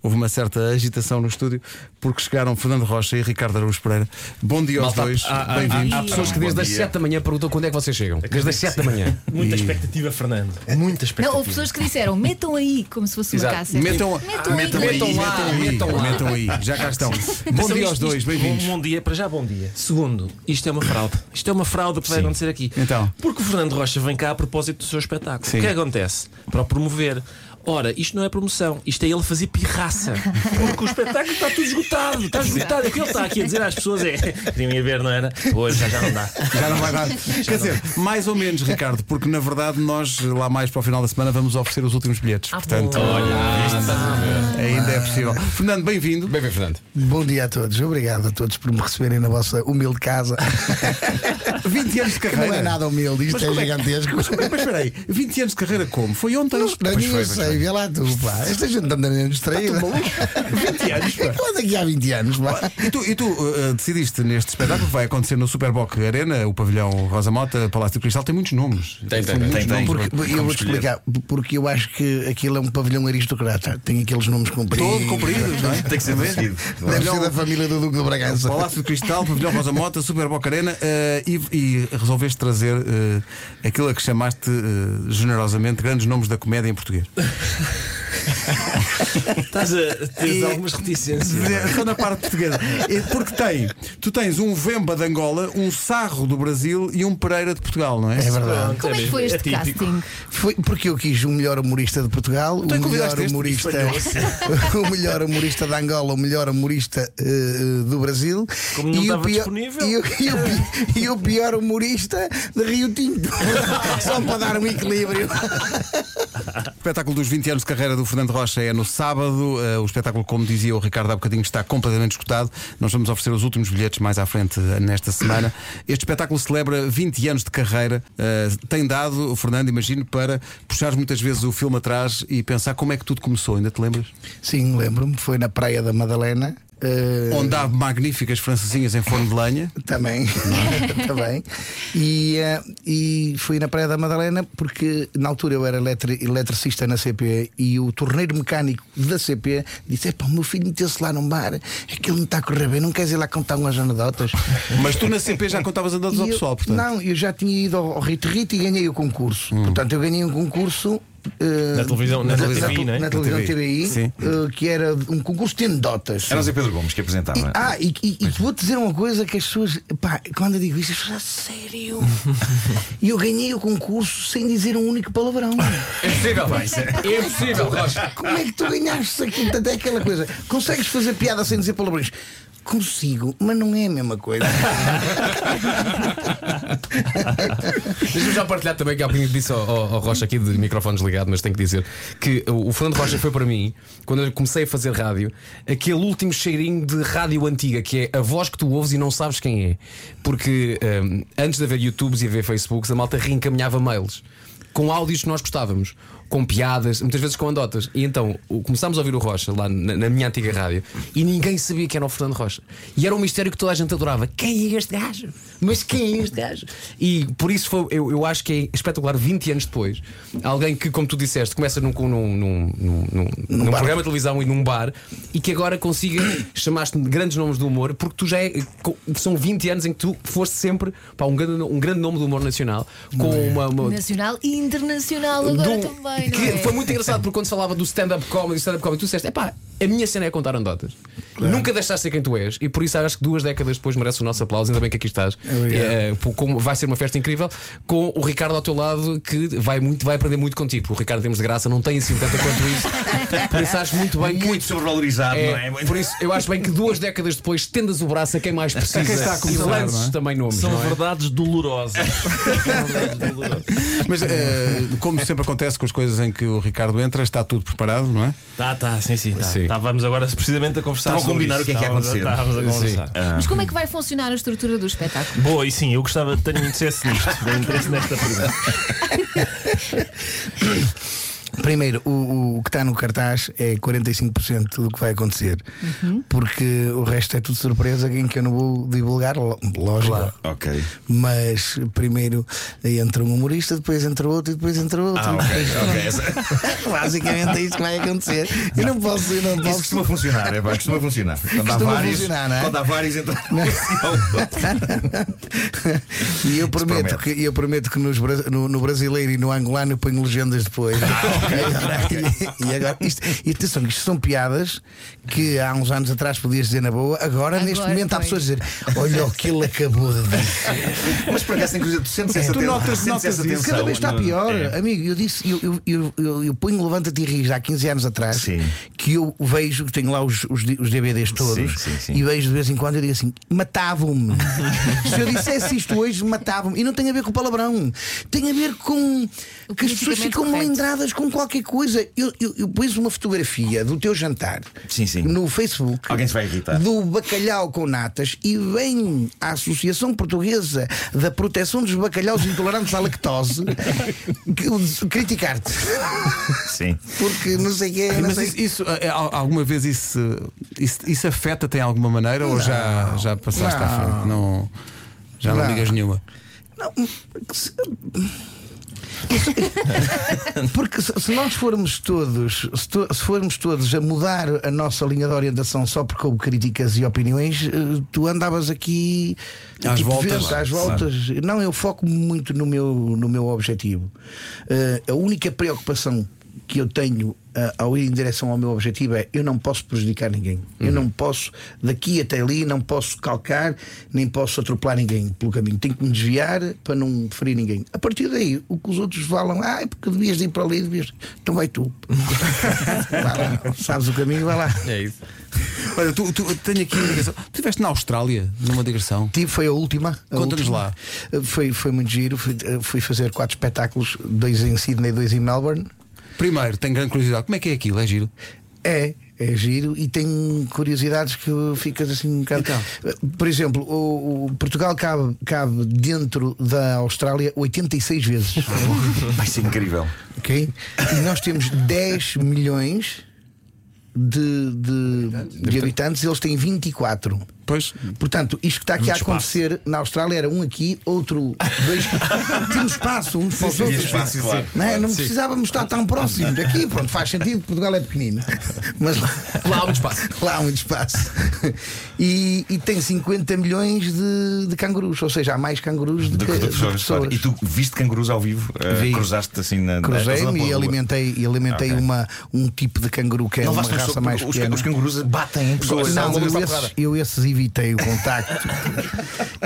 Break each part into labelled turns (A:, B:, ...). A: houve uma certa agitação no estúdio porque chegaram Fernando Rocha e Ricardo Araújo Pereira. Bom dia aos
B: Malta,
A: dois,
B: há- há-
A: bem-vindos.
B: há- Há pessoas que desde as 7 da manhã perguntam quando é que vocês chegam. Desde as 7 da manhã.
C: Muita expectativa, Fernando. Muita
D: Não,
C: expectativa.
D: houve pessoas que disseram, metam aí, como se fosse uma
B: Exato.
D: caça.
A: Metam,
D: metam, aí.
A: metam aí,
B: metam lá, metam lá.
A: metam aí, já cá estão. Bom dia aos dois,
E: um
A: bem-vindos.
C: Bom, bom dia, para já bom dia.
E: Segundo, isto é uma fraude. Isto é uma fraude que vai acontecer aqui.
A: Então.
E: Porque o Fernando Rocha vem cá a propósito do seu espetáculo.
A: Sim.
E: O que é que acontece? Para o promover. Ora, isto não é promoção, isto é ele fazer pirraça. Porque o espetáculo está tudo esgotado, está esgotado. O que ele está aqui a dizer às pessoas é. Queriam ir ver, não era? Pois, já, já não dá.
A: Já não vai dar. Quer dizer, mais ou menos, Ricardo, porque na verdade nós lá mais para o final da semana vamos oferecer os últimos bilhetes. Portanto, ainda é possível. Fernando, bem-vindo.
B: Bem-vindo, Fernando.
F: Bom dia a todos, obrigado a todos por me receberem na vossa humilde casa.
A: 20 anos de
F: Que
A: carreira.
F: não é nada humilde, isto
A: Mas
F: é
A: como é que-
F: gigantesco.
A: Mas, mas espera aí, 20 anos de carreira como? Foi ontem?
F: Não, não,
A: Pois
F: eu
A: foi, Tá pois
F: sei, vê lá tu, pá. Esta gente anda meio distraída.
A: 20 anos, pá.
F: Quando aqui há 20 anos, pá.
A: E tu, e tu, eh, decidiste neste espetáculo que vai acontecer no Superboc Arena, o pavilhão Rosa Mota, Palácio do Cristal, tem muitos nomes.
B: Tem, tem,
A: São
B: tem,
A: muitos
B: tem.
A: nomes.
F: Porque, eu vou te explicar, porque eu acho que aquilo é um pavilhão aristocrata. Tem aqueles nomes compridos.
A: Todo comprido, não é? Tem que ser decidido.
F: Deve ser da família do Duque de Bragança.
A: Palácio de Cristal, Pavilhão Rosa Mota, Super Boca Arena eh, e, e resolveste trazer eh, aquilo a que chamaste eh, generosamente grandes nomes da comédia em português.
E: Estás a ter algumas reticências.
A: Só na parte portuguesa. Eh, Porque tem, tu tens um Vemba de Angola, um Sarro do Brasil e um Pereira de Portugal, não é?
F: É verdade.
D: Como é que foi este casting?
F: Foi porque eu quis o melhor humorista de Portugal,
E: é
F: o melhor
E: tipo
A: convidaste este?
F: humorista, o melhor humorista da Angola, o melhor humorista eh, eh, do Brasil
E: Como não
F: e, o
E: estava
F: pior,
E: disponível.
F: e, o, e o pi- e o pior humorista de Rio Tinto. Só para dar um equilíbrio.
A: O espetáculo dos 20 anos de carreira do Fernando Rocha é no sábado. Eh, o espetáculo, como dizia o Ricardo há bocadinho, está completamente escutado. Nós vamos oferecer os últimos bilhetes mais à frente eh, nesta semana. Este espetáculo celebra 20 anos de carreira. Eh, tem dado, Fernando, imagino, para puxares muitas vezes o filme atrás e pensar como é que tudo começou. Ainda te lembras?
F: Sim, lembro-me, foi na Praia da Madalena. eh,
A: Onde há magníficas francesinhas em forno de lenha.
F: Também,
A: é?
F: também. E, eh, e fui na Praia da Madalena porque na altura eu era eletri- eletricista na CP e o torneiro mecânico da CP disse: Epá, o meu filho meteu-se lá num bar, aquilo não está a correr bem, não queres ir lá contar umas anedotas?
A: Mas tu na CP já contavas andados
F: E
A: ao
F: eu-
A: pessoal, portanto. Hum.
F: Não, eu já tinha ido ao Rito Rito e ganhei o concurso. Portanto, eu ganhei um concurso. eh,
C: Na televisão- na
F: tele-
C: TVI, não é?
F: na televisão
A: Na TVI,
F: TVI,
A: sim.
F: eh, que era um concurso de anedotas.
G: Era o Zé Pedro Gomes que apresentava.
F: E- ah, e, e-
G: é.
F: e vou-te dizer uma coisa que as pessoas. Pá, quando eu digo isto, as pessoas. "A Sério? E eu ganhei o concurso sem dizer um único palavrão.
B: É possível, é impossível, Rocha.
F: Como é que tu ganhaste aquilo? Portanto, é aquela coisa. Consegues fazer piada sem dizer palavrões? Consigo, mas não é a mesma coisa.
B: Deixa-me já partilhar também que há bocadinho disse ao, ao- ao Rocha aqui de microfone desligado, mas tenho que dizer que o, o Fernando Rocha foi para mim, quando eu comecei a fazer rádio, aquele último cheirinho de rádio antiga, que é a voz que tu ouves e não sabes quem é. Porque hum, antes de haver YouTubes e haver Facebooks, a malta reencaminhava mails com áudios que nós gostávamos, com piadas, muitas vezes com andotas. E então o- começámos a ouvir o Rocha lá na, na minha antiga rádio e ninguém sabia quem era o Fernando Rocha. E era um mistério que toda a gente adorava. Quem é este gajo? Mas quem é este gajo? E por isso foi, eu, eu acho que é espetacular 20 anos depois. Alguém que, como tu disseste, começa num, num, num, num, num- num
F: bar.
B: programa de televisão e num bar e que agora consiga chamar-te de grandes nomes do humor, porque tu já é. co- São 20 anos em que tu foste sempre para um grande, um grande nome do humor nacional, com uma- uma,
D: Nacional e internacional agora
B: do-
D: também, não
B: um- que
D: é?
B: Foi muito engraçado porque quando se falava do stand-up comedy, stand-up comedy, tu disseste, epá, a minha cena é contar anedotas. Nunca deixaste de ser quem tu és e por isso acho que duas décadas depois merece o nosso aplauso, ainda bem que aqui estás. Eh, por- como- vai ser uma festa incrível com o Ricardo ao teu lado que vai, muito, vai aprender muito contigo. O Ricardo temos de graça, não tem assim tanta quanto isso. por isso acho muito bem que.
G: Muito sobrevalorizado,
B: é,
G: não é? Muito-
B: Por isso, eu acho bem que duas décadas depois tendas o braço a quem mais precisa
A: quem está a começar,
B: e lances
A: não é?
B: também nomes.
E: São
B: não é?
E: verdades dolorosas. São verdades dolorosas.
A: Mas eh, como sempre acontece com as coisas em que o Ricardo entra, está tudo preparado, não é?
C: Tá, tá, sim, sim. Tá.
B: Sim.
C: Estávamos agora precisamente a conversar.
G: Estavam a
C: sobre
G: combinar
C: isso.
G: o que é que ia
C: Estávamos a-
G: acontecer.
C: Estávamos a conversar.
D: Mas como é que vai funcionar a estrutura do espetáculo?
C: Boa, e sim, eu gostava
G: É
C: de ter interesse nisto. Tenho interesse nesta pergunta.
F: Primeiro, o, o que está no cartaz é 45% do que vai acontecer, porque o resto é tudo surpresa em que eu não vou divulgar, lo- lógico.
G: Ok.
F: Mas primeiro entra um humorista, depois entra outro e depois entra outro.
G: Ah, ok, ok. Essa-
F: Basicamente é isso que vai acontecer. Eu não posso, eu não
G: Isso
F: posso.
G: costuma funcionar, é pá, costuma funcionar. Quando há
F: Costuma
G: vários,
F: funcionar, não é?
G: quando há vários, então.
F: e eu prometo,
G: promete.
F: que, eu prometo que nos bra- no, no brasileiro e no angolano eu ponho legendas depois.
G: Ah,
F: e agora, isto, e atenção, isto são piadas que há uns anos atrás podias dizer na boa, agora,
D: Agora,
F: neste momento há
D: pois.
F: pessoas a dizer: olha o que ele acabou de dizer.
G: Mas por acaso, inclusive, tu sentes essa
F: É, Tu
G: tensão.
F: notas,
G: sentes
F: notas
G: essa
F: isso.
G: tensão.
F: Cada vez está pior.
G: É.
F: Amigo, eu disse, eu, eu, eu, eu, eu ponho Levanta-te e Ris há 15 anos atrás,
G: Sim.
F: que eu vejo, que tenho lá os, os, D- os DVDs todos,
G: sim, sim.
F: e vejo de vez em quando e digo assim: matavam-me. Se eu dissesse isto hoje, matavam-me. E não tem a ver com palavrão, tem a ver com
D: O
F: que as pessoas
D: politicamente
F: ficam
D: correto.
F: melindradas com qualquer coisa. Eu, eu, eu pus uma fotografia do teu jantar
G: Sim, sim.
F: no Facebook
G: Alguém se vai irritar.
F: do bacalhau com natas e vem a Associação Portuguesa da Proteção dos Bacalhaus Intolerantes à Lactose que- criticar-te.
G: Sim.
F: Porque não sei o que é. Não
A: Mas
F: sei...
A: isso, isso, eh, al- alguma vez isso, isso, isso afeta-te em alguma maneira ou já, já passaste à
F: Não.
A: frente? Não, já não,
F: Não.
A: ligas nenhuma.
F: Não, que se- Porque se se nós formos todos, se, to- se formos todos a mudar a nossa linha de orientação só porque houve críticas e opiniões, eh, tu andavas aqui
A: Às
F: tipo,
A: voltas,
F: vento, às voltas. Não, eu foco muito no meu, no meu objetivo. Eh, a única preocupação que eu tenho ah, ao ir em direção ao meu objetivo é eu não posso prejudicar ninguém. Eu não posso, daqui até ali, não posso calcar, nem posso atropelar ninguém pelo caminho. Tenho que me desviar para não ferir ninguém. A partir daí, o que os outros falam, ah, é porque devias de ir para ali, devias. Então vai tu. vai lá, sabes o caminho, vai lá.
B: É isso.
A: Olha, tu, tu eu tenho aqui uma digressão. Tu estiveste na Austrália numa digressão.
F: Tive, foi a última. a
A: Conta-nos
F: última.
A: lá.
F: Uh, Foi, foi muito giro. Fui, uh, fui fazer quatro espetáculos, dois em Sydney e dois em Melbourne.
A: Primeiro, tenho grande curiosidade. Como é que é aquilo? É giro?
F: É, é giro e tem curiosidades que ficas assim um bocado.
A: Então.
F: Uh, Por exemplo, o, o Portugal cabe, cabe dentro da Austrália 86 vezes.
G: Vai ser incrível.
F: ok? E nós temos 10 milhões de, de, de habitantes, eles têm 24.
A: Pois,
F: Portanto, isto que está aqui a
E: espaço.
F: acontecer na Austrália era um aqui, outro dois. Tínhamos espaço, um para os
G: Sim,
F: outros.
G: espaço, claro.
F: Não, é? não precisávamos estar tão próximos. Aqui, pronto, faz sentido, Portugal é pequenino. Mas lá,
B: Lá há muito espaço.
F: lá há muito espaço. E, e tem 50 milhões de, de cangurus, ou seja, há mais cangurus do
G: Do
F: que,
G: que
F: do
G: tu
F: que
G: pessoas.
F: pessoas.
G: E tu viste cangurus ao vivo? eh,
F: Vi.
G: Cruzaste assim na. na- na- na-
F: Cruzei-me
G: na-
F: e
G: na-
F: alimentei, e alimentei
G: Ok.
F: uma, um tipo de canguru que é
G: Não
F: uma
G: levaste um
F: raça
G: soco,
F: mais
G: os,
F: pequena.
G: os cangurus batem em pessoas.
F: Não, eu
G: São malucos à
F: esses,
G: porrada.
F: eu esses evitei o contacto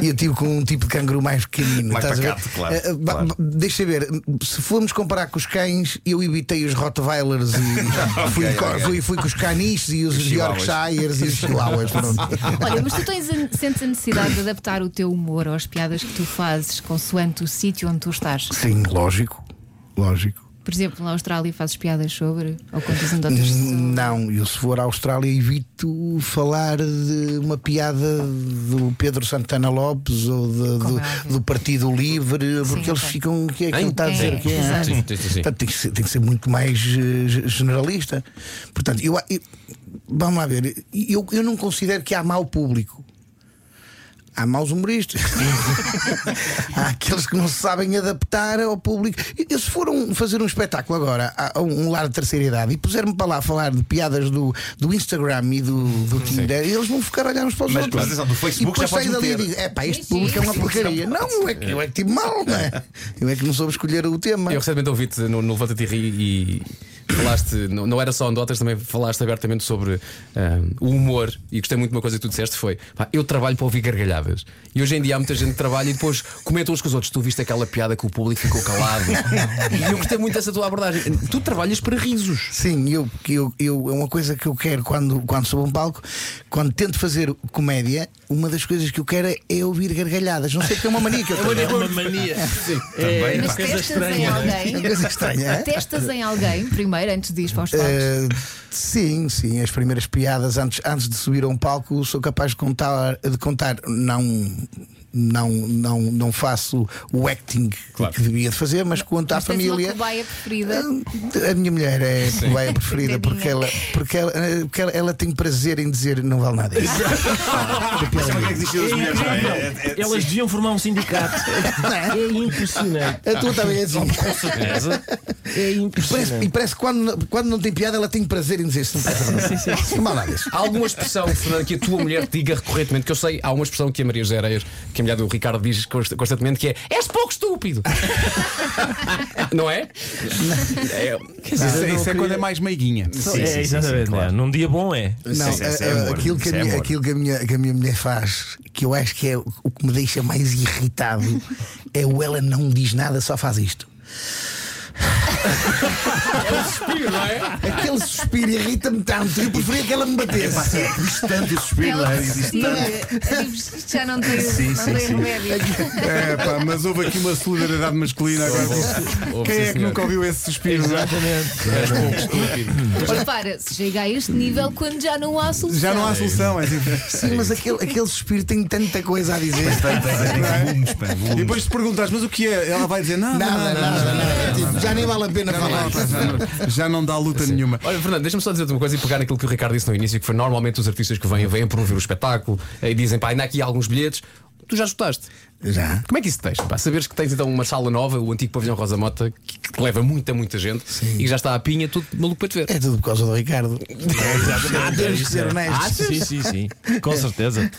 F: e eu tive com um tipo de canguru mais pequenino.
G: Mais
F: estás a ver?
G: pacato, claro,
F: Eh, eh, ba-
G: claro.
F: ba- Deixa eu ver, se formos comparar com os cães, eu evitei os Rottweilers e fui,
G: Ok,
F: co-
G: ok.
F: fui- fui com os caniches e os,
G: Os chihuahuas.
F: Yorkshires e os Chihuahuas. pronto.
D: Olha, mas tu tens a- sentes a necessidade de adaptar o teu humor às piadas que tu fazes consoante o sítio onde tu estás.
F: Sim, lógico, lógico.
D: Por exemplo, na Austrália fazes piadas sobre ou contas anedotas sobre.
F: Hum, Não, eu se for à Austrália evito falar de uma piada do Pedro Santana Lopes ou de-
D: Como
F: do,
D: é óbvio.
F: do Partido Livre, porque eles
D: ok.
F: ficam. O que é que ele está a
D: É,
F: dizer? O que é?
D: exato.
B: Sim, sim, sim.
F: Portanto, tem que ser, tem que ser muito mais eh, ge- generalista. Portanto, eu, eu- vamos lá ver, eu, eu não considero que há mau público. Há maus humoristas. há aqueles que não se sabem adaptar ao público. E- e se for um- fazer um espetáculo agora a, a um lar de terceira idade e puser-me para lá a falar de piadas do, do Instagram e do, do Tinder, eles vão ficar a olhar uns para os
G: Mas,
F: outros.
G: mas atenção, do Facebook
F: e depois
G: já podes
F: saio dali e
G: meter.
F: digo: é pá, este
D: Sim,
F: público é uma
D: sim.
F: porcaria. Não, eu é que, eu é que tive mal, não é? Eu é que não soube escolher o tema.
B: Eu recentemente ouvi-te no, no Levanta-te e Ri e falaste, não, não era só andotas, também falaste abertamente sobre ah, o humor e gostei muito de uma coisa que tu disseste foi pá, eu trabalho para ouvir gargalhadas e hoje em dia há muita gente que trabalha e depois comenta uns com os outros, tu viste aquela piada que o público ficou calado e eu gostei muito dessa tua abordagem. Tu trabalhas para risos.
F: Sim, eu, eu, eu, é uma coisa que eu quero quando, quando subo um palco, quando tento fazer comédia, uma das coisas que eu quero é- é ouvir gargalhadas. Não sei porque é uma mania que eu
E: É
F: tenho.
E: uma mania.
G: Também,
E: É
G: pá.
E: uma coisa
D: testas em
E: estranha.
F: É uma
D: alguém.
F: coisa estranha, é?
D: Testas em alguém primeiro antes de ir para os palcos.
F: Eh, sim, sim, as primeiras piadas antes, antes de subir a um palco sou capaz de contar, de contar não não, não, não faço o acting
B: Claro.
F: que devia de fazer, mas quanto à
D: Mas tens
F: tá família.
D: uma cobaia preferida?
F: Ah, A minha mulher é a cobaia preferida porque, ela, porque, ela, eh, porque ela, ela tem prazer em dizer não vale nada.
G: Mas sabe o que é que existem as mulheres? não é? É- é- é-
E: Elas deviam formar um sindicato. É impressionante.
F: A tua também é assim.
E: Com certeza. É
F: E parece, e
E: impressionante.
F: parece que quando, quando não tem piada, ela tem prazer em dizer isso. Não tem prazer. Mal nada disso.
B: Há alguma expressão, Fernando, que a tua mulher te diga recorrentemente? Que eu sei, há uma expressão que a Maria José Areias, que a mulher do Ricardo, diz const- constantemente, que é És pouco estúpido. não é? é
A: Isso, isso é quando é mais meiguinha.
E: É, exatamente. não é? Num dia bom é.
F: Não,
G: Sim, isso é
F: a- a-
G: amor,
F: aquilo, que a,
G: isso é
F: minha,
G: amor.
F: aquilo que, a minha, que a minha mulher faz, que eu acho que é o o que me deixa mais irritado, é o ela não diz nada, só faz isto.
B: Suspiro, não é?
F: Aquele suspiro irrita-me tanto. Eu preferia que ela me batesse.
G: é- Existe tanto esse espírito, não
D: Ela
G: é? Existe
D: desistiu, eh, diz, já não tem, não tem remédio.
A: É, pá, mas houve aqui uma solidariedade masculina agora.
B: Ouve,
A: Quem
B: sim,
A: é que
B: senhor.
A: nunca ouviu esse suspiro? não é?
B: És pouco estúpido.
D: Mas repara, se chega a este nível quando já não há solução.
A: Já não há solução. É assim.
F: Sim, mas aquele, aquele suspiro tem tanta coisa a dizer.
G: tanto, é- tem volumes, pá,
A: E
G: volumes.
A: depois te perguntas, mas o que é? Ela vai dizer nada.
F: Nada,
A: nada,
F: nada, nada. Tipo, Já nem vale a pena
A: Não,
F: falar.
A: não, já não- Já não dá luta nenhuma.
B: Olha, Fernando, deixa-me só dizer-te uma coisa e pegar naquilo que o Ricardo disse no início, que foi normalmente os artistas que vêm, vêm promover o espetáculo eh, e dizem, pá, ainda há aqui alguns bilhetes. Tu já esgotaste.
F: Já.
B: Como é que isso te deixa? Pá, saberes que tens então uma sala nova, o antigo pavilhão Rosa Mota, que, que leva muita, muita gente e que já está à pinha, tudo maluco para te ver.
F: É tudo por causa do Ricardo. Temos que ser honestos.
E: Sim, sim, sim. Com certeza.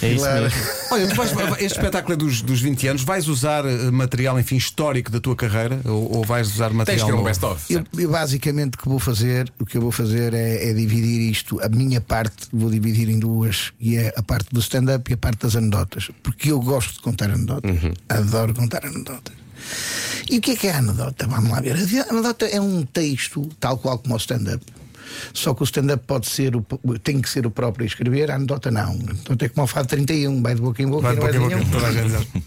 E: É isso
F: Claro.
E: mesmo.
A: Olha, tu vais, este espetáculo é dos, dos 20 anos. Vais usar eh, material, enfim, histórico da tua carreira? Ou, ou vais usar material.
B: Tens que ter um
A: novo?
B: best-of.
F: Eu, eu basicamente o que vou fazer, o que eu vou fazer é, é dividir isto, a minha parte vou dividir em duas, e é a parte do stand-up e a parte das anedotas, porque eu gosto de contar anedotas,
A: Uhum.
F: adoro contar anedotas. E o que é que é a anedota? Vamos lá ver. A anedota é um texto, tal qual como o stand-up. Só que o stand-up pode ser o, tem que ser o próprio a escrever, a anedota não. A anedota é como o Fado 31, vai de boca em boca,
A: Vai
F: e
A: de
F: não assim?
A: boca em
F: é
A: boca,
F: de nenhum.
A: toda a gente sabe.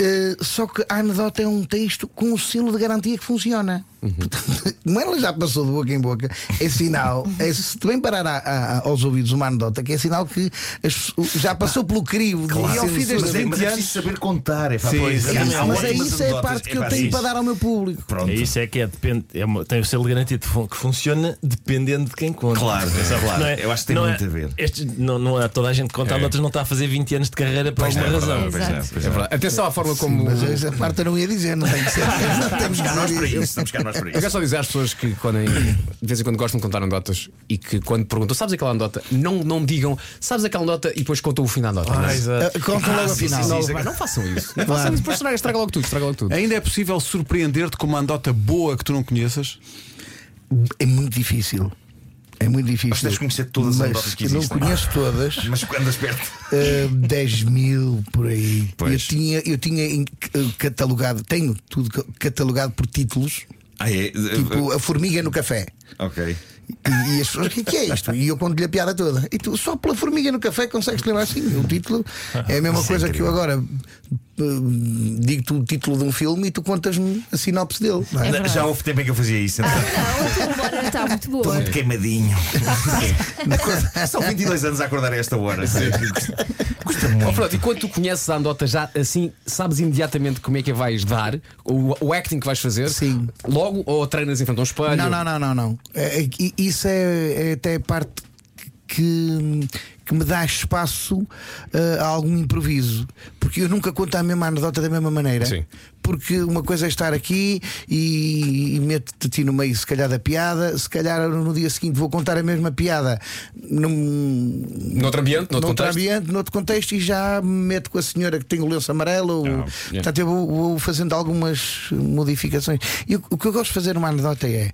F: Uh, só que a anedota é um texto com o selo de garantia que funciona. Portanto, Como ela já passou de boca em boca, é sinal, é, se também parar a- a- a- aos ouvidos uma anedota, que é sinal que as pessoas- já passou pelo crivo e ao fim destes
G: mas, é,
F: 20
G: mas é
F: anos.
G: preciso saber contar. É, pá, pois, há-
F: Mas,
G: há
F: é
G: ótimas
F: isso é a
G: anedotas,
F: parte que eu
G: pá,
F: tenho
G: sim.
F: para dar ao meu público.
G: Pronto.
E: É isso é que é, depende, é uma- tem o selo garantido fun- que funciona dependendo de quem conta. é?
G: Claro, claro. Eu acho que tem
E: não é,
G: muito a ver. É.
E: Este, não, não há toda a gente que conta, a outras não está a fazer 20 anos de carreira por
G: Pois não,
E: alguma
G: pois
E: razão.
G: não, pois não,
D: Exato.
G: pois
B: É
G: não.
B: verdade. Atenção à forma como.
F: Mas é- essa parte eu não ia dizer, não tem que ser. Não temos que
G: Cá nós para
F: dizer
G: isso,
F: isso.
G: estamos cá nós para
B: Eu
G: isso.
B: quero só dizer às pessoas que quando, de vez em quando gostam de contar anedotas e que quando perguntam, sabes aquela anedota? Não, não me digam, sabes aquela anedota e depois contam o fim da anedota. não é?
E: Exato.
F: Uh, Conta logo a
G: Ah, sim,
F: final.
G: sim,
B: não,
G: sim.
B: pá, não façam isso. Não façam isso, depois estraga, estraga logo tudo, estraga logo tudo.
A: Ainda é possível surpreender-te com uma andota boa que tu não conheças?
F: É muito difícil. É muito difícil.
G: Mas tens de conhecer todas as
F: Mas
G: anedotas que
F: eu não
G: existem.
F: conheço todas.
G: Mas quando as perto.
F: Uh, 10 mil por aí.
G: Pois.
F: Eu tinha, eu tinha em- eh, catalogado, tenho tudo ca- catalogado por títulos,
G: Ah, é?
F: tipo A Formiga no Café.
G: Ok.
D: É
F: E, e as pessoas, o que, que é isto? E eu conto-lhe a piada toda. E tu, só pela Formiga no Café consegues lembrar assim. O título é a mesma coisa que eu agora eh, digo-te o título de um filme e tu contas-me a sinopse dele. não é?
D: É
G: Não,
D: verdade.
G: Já houve tempo em que eu fazia isso. então.
D: Não, agora está muito
G: Estou
D: Ah, boa.
G: muito queimadinho. São 22 anos a acordar a esta hora. Custa
B: Oh,
G: muito.
B: Fernando, e quando tu conheces a anedota já assim, sabes imediatamente como é que a vais dar, o, o acting que vais fazer,
F: Sim.
B: logo ou treinas em frente a um espelho?
F: Não, não, não, não, não. É, é que isso é, é até a parte que, que me dá espaço eh, a algum improviso. Porque eu nunca conto a mesma anedota da mesma maneira.
B: Sim.
F: Porque uma coisa é estar aqui e, e meto-te a ti no meio, se calhar, da piada, se calhar no dia seguinte vou contar a mesma piada num,
B: Noutro ambiente, noutro
F: noutro
B: contexto.
F: ambiente, noutro contexto, e já me meto com a senhora que tem o lenço amarelo. ou-
B: yeah.
F: Portanto, eu vou, vou fazendo algumas modificações. E o, o que eu gosto de fazer numa anedota é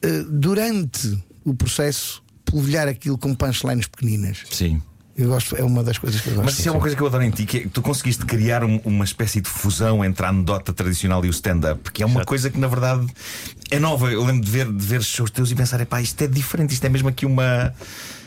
F: eh, durante o processo polvilhar aquilo com punchlines pequeninas.
G: Sim.
F: Eu gosto, é uma das coisas que eu gosto.
G: Mas isso é uma coisa que eu adoro em ti, que é que tu conseguiste criar um- uma espécie de fusão entre a anedota tradicional e o stand-up, que é uma coisa que na verdade é nova. Eu lembro de ver, de ver shows teus e pensar, epá, isto é diferente, isto é mesmo aqui uma.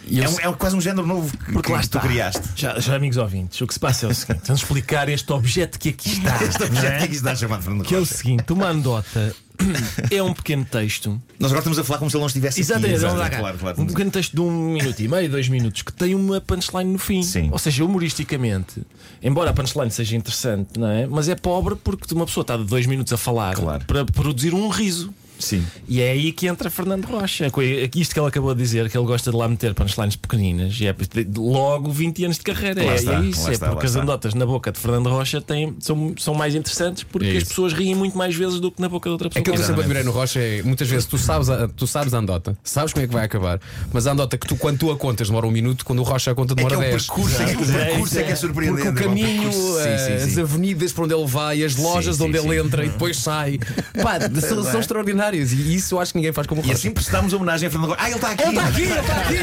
B: eu
G: É, um- é quase um género novo que,
E: Porque
G: que
E: lá
G: tu
E: está.
G: criaste.
E: Já, já, amigos ouvintes, o que se passa é o seguinte: vamos explicar este objeto que aqui está.
G: Este
E: não é?
G: objeto que isto dá chamado Fernando
E: Que é o
G: Rocha.
E: seguinte: uma anedota é um pequeno texto.
G: Nós agora estamos a falar como se ele não estivesse
E: Exatamente,
G: aqui.
E: vamos lá.
G: é claro, claro.
E: Um pequeno texto de um minuto e meio, dois minutos, que tem uma punchline no fim.
G: Sim.
E: Ou seja, humoristicamente, embora a punchline seja interessante, não é? Mas é pobre porque uma pessoa está de dois minutos a falar
G: Claro.
E: para produzir um riso.
G: Sim.
E: E é aí que entra Fernando Rocha. Co- Isto que ele acabou de dizer, que ele gosta de lá meter punchlines pequeninas, e é de- de- logo 20 anos de carreira.
G: Lá
E: é
G: está,
E: isso,
G: lá
E: é
G: está, lá
E: porque as
G: está.
E: anedotas na boca de Fernando Rocha têm, são, são mais interessantes porque
B: É
E: as
B: isso.
E: pessoas riem muito mais vezes do que na boca de
G: É
E: outra pessoa.
B: Aquilo que eu sempre admirei no Rocha é muitas vezes tu sabes, a, tu sabes a andota, sabes como é que vai acabar, mas a andota que tu, quando tu a contas, demora um minuto, quando o Rocha a conta, demora
G: é que é o
B: 10.
G: percurso, é que, o
E: Exato.
G: percurso é que é surpreendente.
B: Porque o
G: é um
B: caminho, eh,
G: percurso- sim,
E: eh,
G: sim,
B: as
G: sim.
B: avenidas para onde ele vai, as lojas
G: sim,
B: onde
G: sim. é?
B: ele entra e depois sai, pá, são, são extraordinários e isso eu acho que ninguém faz como o
G: E
B: Rocha.
G: assim prestámos homenagem a Fernando Rocha. Ah, ele está aqui!
B: Ele está aqui, ele está aqui,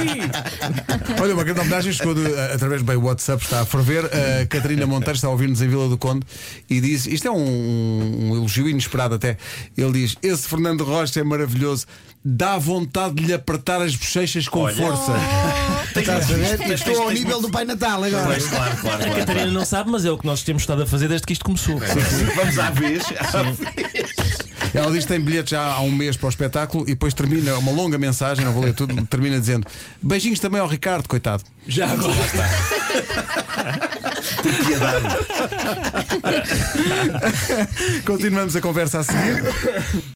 B: ele tá está aqui.
A: Olha, uma grande homenagem chegou de- a- através do bem WhatsApp, está a ferver. A Catarina Monteiro está a ouvir-nos em Vila do Conde e diz: Isto é um, um elogio inesperado até. Ele diz: Esse Fernando Rocha é maravilhoso, dá vontade de lhe apertar as bochechas com
G: Olha.
A: força.
F: Estás a ver? Oh. Estou ao nível do Pai Natal agora.
G: Pois, claro, claro,
E: A
G: claro.
E: Catarina não sabe, mas é o que nós temos estado a fazer desde que isto começou.
G: Vamos à vez.
A: Ela diz que tem bilhetes já há um mês para o espetáculo e depois termina uma longa mensagem, não vou ler tudo, termina dizendo: Beijinhos também ao Ricardo, coitado.
E: Já agora.
G: assim.
A: Continuamos a conversa a seguir.